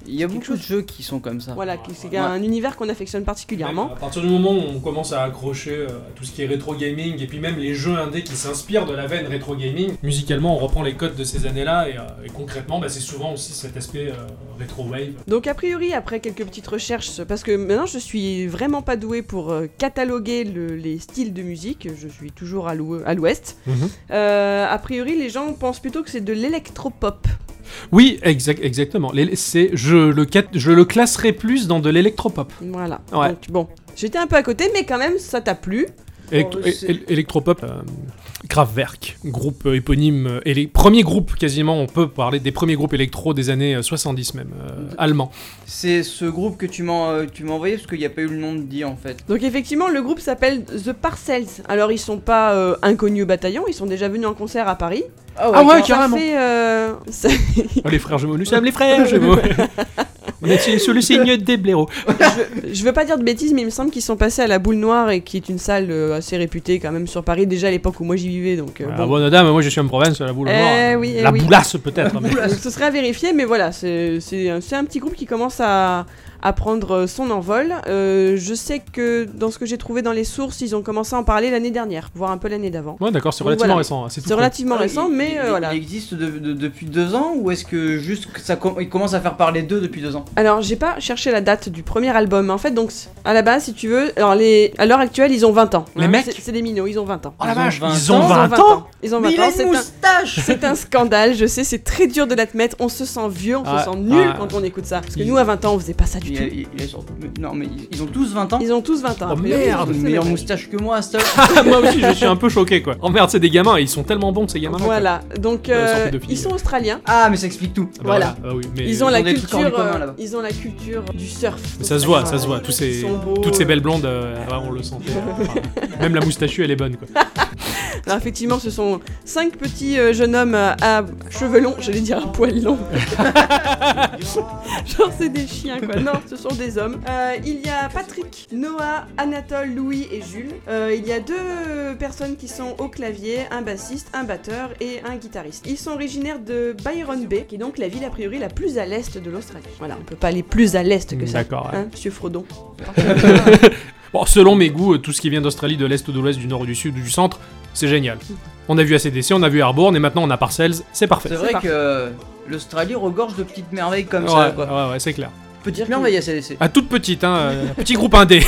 Il y a Quelque beaucoup de jeux qui sont comme ça. Voilà, ouais, qui- c'est ouais. un univers qu'on affectionne particulièrement. À partir du moment où on commence à accrocher euh, à tout ce qui est rétro gaming et puis même les jeux indés qui s'inspirent de la veine rétro gaming, musicalement on reprend les codes de ces années-là et, euh, et concrètement bah, c'est souvent aussi cet aspect euh, rétro wave. Donc a priori, après quelques petites recherches, parce que maintenant je suis vraiment pas douée pour euh, cataloguer le- les styles de musique, je suis toujours à l'ou- à l'ouest, Mhm. Euh, a priori les gens pensent plutôt que c'est de l'électropop. Oui, exactement. je, le je le classerai plus dans de l'électropop. Voilà. Ouais. Donc bon, j'étais un peu à côté, mais quand même ça t'a plu. Élect- Ouais, c'est- é- Electropop, euh, Kraftwerk, groupe euh, éponyme, euh, éle- premier groupe quasiment, on peut parler des premiers groupes électro des années euh, 70 même, euh, allemand. C'est ce groupe que tu m'as euh, tu m'as envoyé parce qu'il n'y a pas eu le nom de dit en fait. Donc effectivement, le groupe s'appelle The Parcels. Alors ils sont pas euh, inconnus au bataillon, ils sont déjà venus en concert à Paris. Ah ouais, Ça carrément. fait, euh, ça- Oh, les frères Gémeaux, nous sommes les frères Gémeaux On est sur- sur le signe des blaireaux. Je veux pas dire de bêtises, mais il me semble qu'ils sont passés à la Boule Noire, et qui est une salle euh, assez réputée quand même sur Paris, déjà à l'époque où moi j'y vivais. Donc, euh, Ah bon. bonne dame, moi je suis en province, la boule Eh noire. oui, eh euh, la oui. boulasse peut-être. mais- Donc, ce serait à vérifier, mais voilà, c'est c'est un, c'est un petit groupe qui commence à, à prendre son envol. Euh, je sais que dans ce que j'ai trouvé dans les sources, ils ont commencé à en parler l'année dernière, voire un peu l'année d'avant. Ouais d'accord, c'est Donc, relativement voilà. récent. hein, C'est tout frais. C'est relativement récent, Il- mais il- euh, voilà. Il existe de- de- depuis deux ans ou est-ce que juste que ça com- il commence à faire parler d'eux depuis deux ans Alors, j'ai pas cherché la date du premier album. En fait, donc, c- à la base, si tu veux, alors les... à l'heure actuelle, ils ont 20 ans. Les Hein, mecs c'est- C'est des minots, ils ont 20 ans. Oh la Ils ont vache, 20 ils ont Ils ont 20 ans Ils ont 20 Mais il ans, a c'est une un- moustache C'est un scandale, je sais, c'est très dur de l'admettre. On se sent vieux, on Ah, se sent nul ah. quand on écoute ça. Parce que Il- nous, à 20 ans, on faisait pas ça du Il a- tout. il- il a surtout- mais- Non mais ils ils ont tous 20 ans. Ils ont tous 20 ans. Oh, a priori, ils ont merde, Ils ont tous le même une meilleure âge. moustache que moi à cette heure. Ah, Moi aussi je suis un peu choqué quoi. Oh merde, c'est des gamins et ils sont tellement bons ces gamins. Voilà, donc Euh, euh, sans pédophilie. ils sont australiens. Ah mais ça explique tout. bah, Voilà. ah Ils ont, ils la ont des trucs hors du culture, commun, euh, là-bas. ils ont la culture du surf. Mais ça se voit, ça se voit. Tous ces, Ils sont beaux. toutes ces belles blondes, euh, ouais, on le sentait. Enfin, même la moustachue, elle est bonne. Quoi. Alors, effectivement, ce sont cinq petits euh, jeunes hommes euh, à cheveux longs, j'allais dire à poil long. Genre, c'est des chiens, quoi. Non, ce sont des hommes. Euh, il y a Patrick, Noah, Anatole, Louis et Jules. Euh, il y a deux euh, personnes qui sont au clavier, un bassiste, un batteur et un guitariste. Ils sont originaires de Byron Bay, qui est donc la ville a priori la plus à l'est de l'Australie. Voilà, on peut pas aller plus à l'est que ça. D'accord. ouais. Hein, monsieur Frodon. Bon, selon mes goûts, euh, tout ce qui vient d'Australie, de l'Est ou de l'Ouest, du Nord ou du Sud ou du Centre, c'est génial. On a vu ACDC, on a vu Airborne et maintenant on a Parcells, c'est parfait. C'est vrai parfait. que euh, l'Australie regorge de petites merveilles comme Ouais, ça quoi. ouais, ouais, c'est clair. Petites Dire merveilles à CDC. À toute petite, hein, euh, petit groupe indé.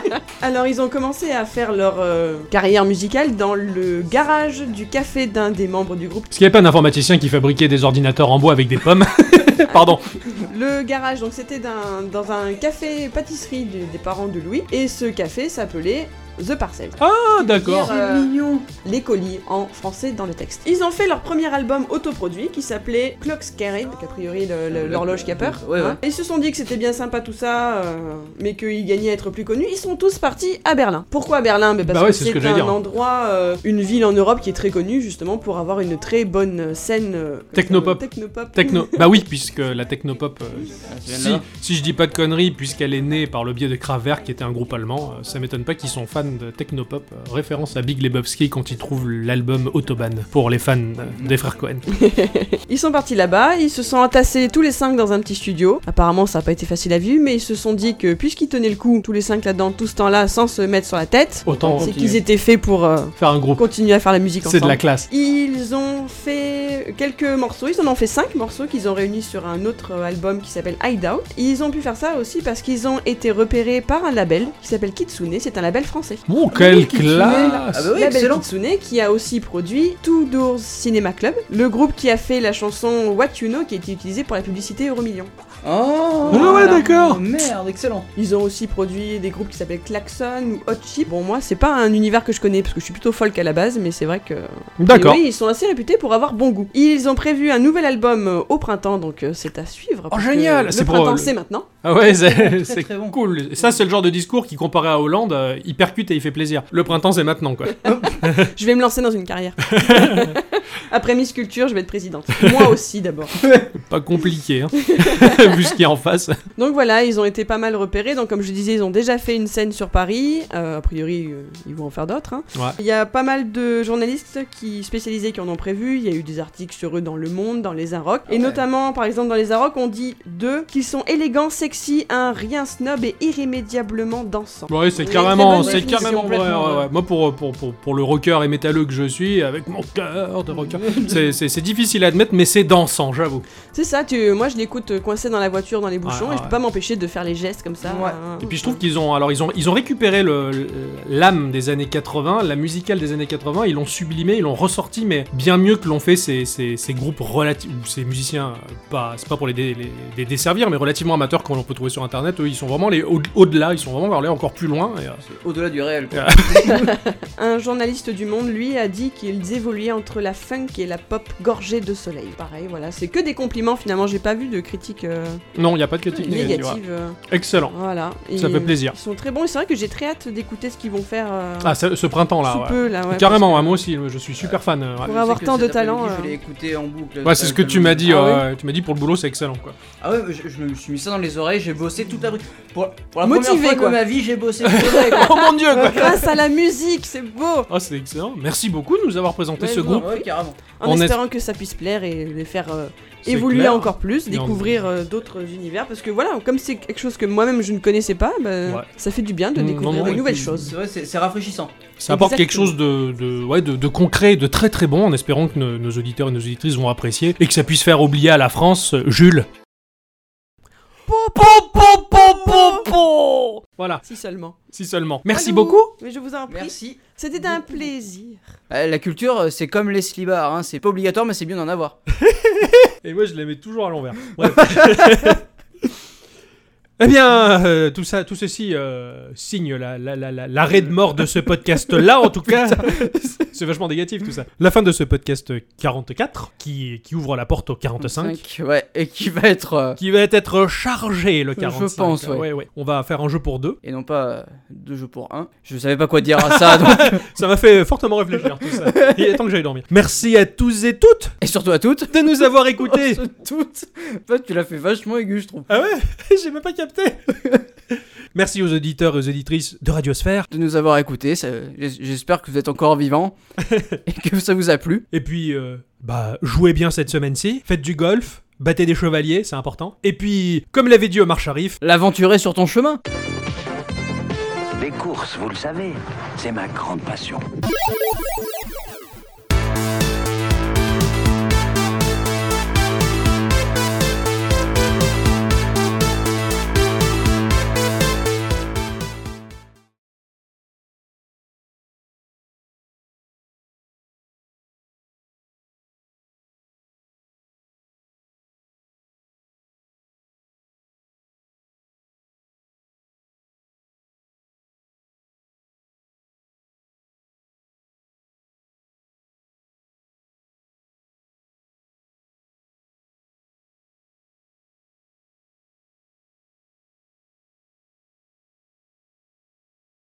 Alors ils ont commencé à faire leur euh, carrière musicale dans le garage du café d'un des membres du groupe. Parce qu'il n'y avait pas d'informaticien qui fabriquait des ordinateurs en bois avec des pommes. Pardon. Le garage, donc c'était d'un- dans un café pâtisserie du- des parents de Louis, et ce café s'appelait The Parcel. Ah, d'accord. C'est mignon. euh, Les colis en français dans le texte. Ils ont fait leur premier album autoproduit qui s'appelait Clocks Carried, donc a priori le- le- l'horloge qui a peur. Ouais, ouais. hein. Et ils se sont dit que c'était bien sympa tout ça, euh, mais qu'ils gagnaient à être plus connus. Ils sont tous partis à Berlin. Pourquoi Berlin Mais Parce Bah ouais, que c'est ce c'est que j'allais un dire. endroit, euh, une ville en Europe qui est très connue justement pour avoir une très bonne scène. euh, comme ça, Technopop. euh, Technopop. Techno. Bah oui, puisque la technopop, euh, Ah, ça vient de si, là. si je dis pas de conneries, puisqu'elle est née par le biais de Kraftwerk, qui était un groupe allemand, euh, ça m'étonne pas qu'ils sont fans de technopop. euh, référence à Big Lebowski quand ils trouvent l'album Autobahn pour les fans euh, des frères Cohen. Ils sont partis là-bas, ils se sont entassés tous les cinq dans un petit studio. Apparemment, ça n'a pas été facile à vivre, mais ils se sont dit que puisqu'ils tenaient le coup tous les cinq là-dedans tout ce temps-là sans se mettre sur la tête, Autant c'est Continuer. qu'ils étaient faits pour euh, faire un groupe, continuer à faire la musique c'est ensemble. de la classe. Ils ont fait quelques morceaux, ils en ont fait cinq morceaux qu'ils ont réunis sur un autre euh, album qui s'appelle Hideout. Ils ont pu faire ça aussi parce qu'ils ont été repérés par un label qui s'appelle Kitsune, c'est un label français. Bon, quelle qui finit là. Ah classe bah oui, label excellent. Kitsune qui a aussi produit Two Doors Cinema Club, le groupe qui a fait la chanson What You Know qui a été utilisée pour la publicité Euromillion. Oh Ah ouais, Voilà. Oh, d'accord merde, excellent. Ils ont aussi produit des groupes qui s'appellent Klaxon ou Hot Chip. Bon, moi, c'est pas un univers que je connais parce que je suis plutôt folk à la base, mais c'est vrai que. D'accord. Et oui, ils sont assez réputés pour avoir bon goût. Ils ont prévu un nouvel album euh, au printemps, donc euh, c'est à suivre. parce que Oh, génial, Le c'est pour, printemps, euh, le- c'est maintenant. Ah ouais, c'est Très, c'est très bon. cool. Ça, c'est le genre de discours qui, comparé à Hollande, euh, il percute et il fait plaisir. Le printemps, c'est maintenant, quoi. Je vais me lancer dans une carrière. Après Miss Culture, je vais être présidente. Moi aussi d'abord. Pas compliqué, hein. vu ce qu'il y a en face. Donc voilà, ils ont été pas mal repérés. Donc comme je disais, ils ont déjà fait une scène sur Paris. Euh, a priori, euh, ils vont en faire d'autres. hein. Ouais. Il y a pas mal de journalistes qui spécialisés qui en ont prévu. Il y a eu des articles sur eux dans Le Monde, dans Les Arocs. Et ouais. notamment, par exemple, dans Les Arocs, on dit d'eux qu'ils sont élégants, sexy, un rien snob et irrémédiablement dansants. Ouais, c'est Oui, carrément, très bonne c'est définition, carrément vrai. complètement, ouais, ouais. ouais. Moi, pour, euh, pour, pour, pour le rocker et métalleux que je suis, avec mon cœur de rocker, c'est- c'est c'est difficile à admettre, mais c'est dansant, j'avoue. C'est ça, tu... moi je l'écoute euh, coincé dans la voiture, dans les bouchons, Ouais, et je peux ouais. pas m'empêcher de faire les gestes comme ça. Ouais. hein. Et puis je trouve qu'ils ont, alors ils ont, ils ont récupéré le- le- l'âme des années 80, la musicale des années 80, ils l'ont sublimé, ils l'ont ressorti, mais bien mieux que l'ont fait ces, ces, ces groupes relatifs, ou ces musiciens, euh, pas, c'est pas pour les, dé- les- les desservir, mais relativement amateurs qu'on peut trouver sur internet, eux ils sont vraiment les au- au-delà, ils sont vraiment vers là encore plus loin. et, euh, Au-delà du réel. quoi. Un journaliste du Monde, lui, a dit qu'ils évoluaient entre la funk et la pop gorgée de soleil. Pareil, voilà, c'est que des compliments finalement, j'ai pas vu de critiques euh, non, il n'y a pas de critique négative. ouais. négatives. euh, Excellent. Voilà. Ça Et fait plaisir. Ils sont très bons et c'est vrai que j'ai très hâte d'écouter ce qu'ils vont faire euh, Ah, ce, ce printemps-là, sous ouais. peu, là, ouais, Carrément, ouais, moi aussi, je suis super fan. euh, ouais. Pour Je sais avoir que tant de cet talent, après-midi, Je euh. l'ai écouté en boucle. Ouais, c'est ce que tu m'as dit. Ah euh, Tu m'as dit pour le boulot, c'est excellent, quoi. Ah ouais, je, je me suis mis ça dans les oreilles, j'ai bossé toute la. Pour, pour la Motivé, première fois quoi. de ma vie, j'ai bossé toute la soirée, quoi. oh mon dieu, parce que- Grâce à la musique, c'est beau Ah, c'est excellent. Merci beaucoup de nous avoir présenté Ouais, ce je groupe. Ouais, carrément. En On est- espérant que ça puisse plaire et les faire euh, C'est évoluer clair. encore plus, Et on- découvrir euh, d'autres univers. Parce que voilà, comme c'est quelque chose que moi-même je ne connaissais pas, bah, Ouais. ça fait du bien de Mm, découvrir non, non, de et nouvelles puis- choses. C'est vrai, c'est c'est rafraîchissant. Ça apporte quelque Exactement. chose de, de- ouais, de, de concret, de très très bon, en espérant que nos, nos auditeurs et nos auditrices vont apprécier et que ça puisse faire oublier à la France euh, Jules. Voilà, Si seulement. si seulement. Merci Allô beaucoup. Mais je vous en prie. Merci. C'était un plaisir. Euh, La culture, euh, c'est comme les slibards, hein. c'est pas obligatoire, mais c'est bien d'en avoir. Et moi, je les mets toujours à l'envers. Bref. Eh bien, euh, tout ça, tout ceci euh, signe la- la- la- la- l'arrêt de mort de ce podcast-là, en tout cas. C'est vachement négatif tout ça. La fin de ce podcast 44, qui, qui ouvre la porte au 45, Cinq, Ouais, et qui va être. euh, qui va être chargé le 45. pense, ouais. On va faire un jeu pour deux. Et non pas euh, deux jeux pour un. Je savais pas quoi dire à ça, donc. Ça m'a fait fortement réfléchir tout ça. Il est temps que j'aille dormir. Merci à tous et toutes Et surtout à toutes. de nous avoir écoutés. Toutes. En fait, tu l'as fait vachement aigu, je trouve. Ah ouais J'ai même pas capté. Merci aux auditeurs et aux auditrices de Radiosphère. De nous avoir écoutés. ça- j'es- J'espère que vous êtes encore vivants et que ça vous a plu. Et puis, euh, bah, jouez bien cette semaine-ci, faites du golf, battez des chevaliers, c'est important. Et puis, comme l'avait dit Omar Sharif, L'aventurer sur ton chemin. Les courses, vous le savez, c'est ma grande passion.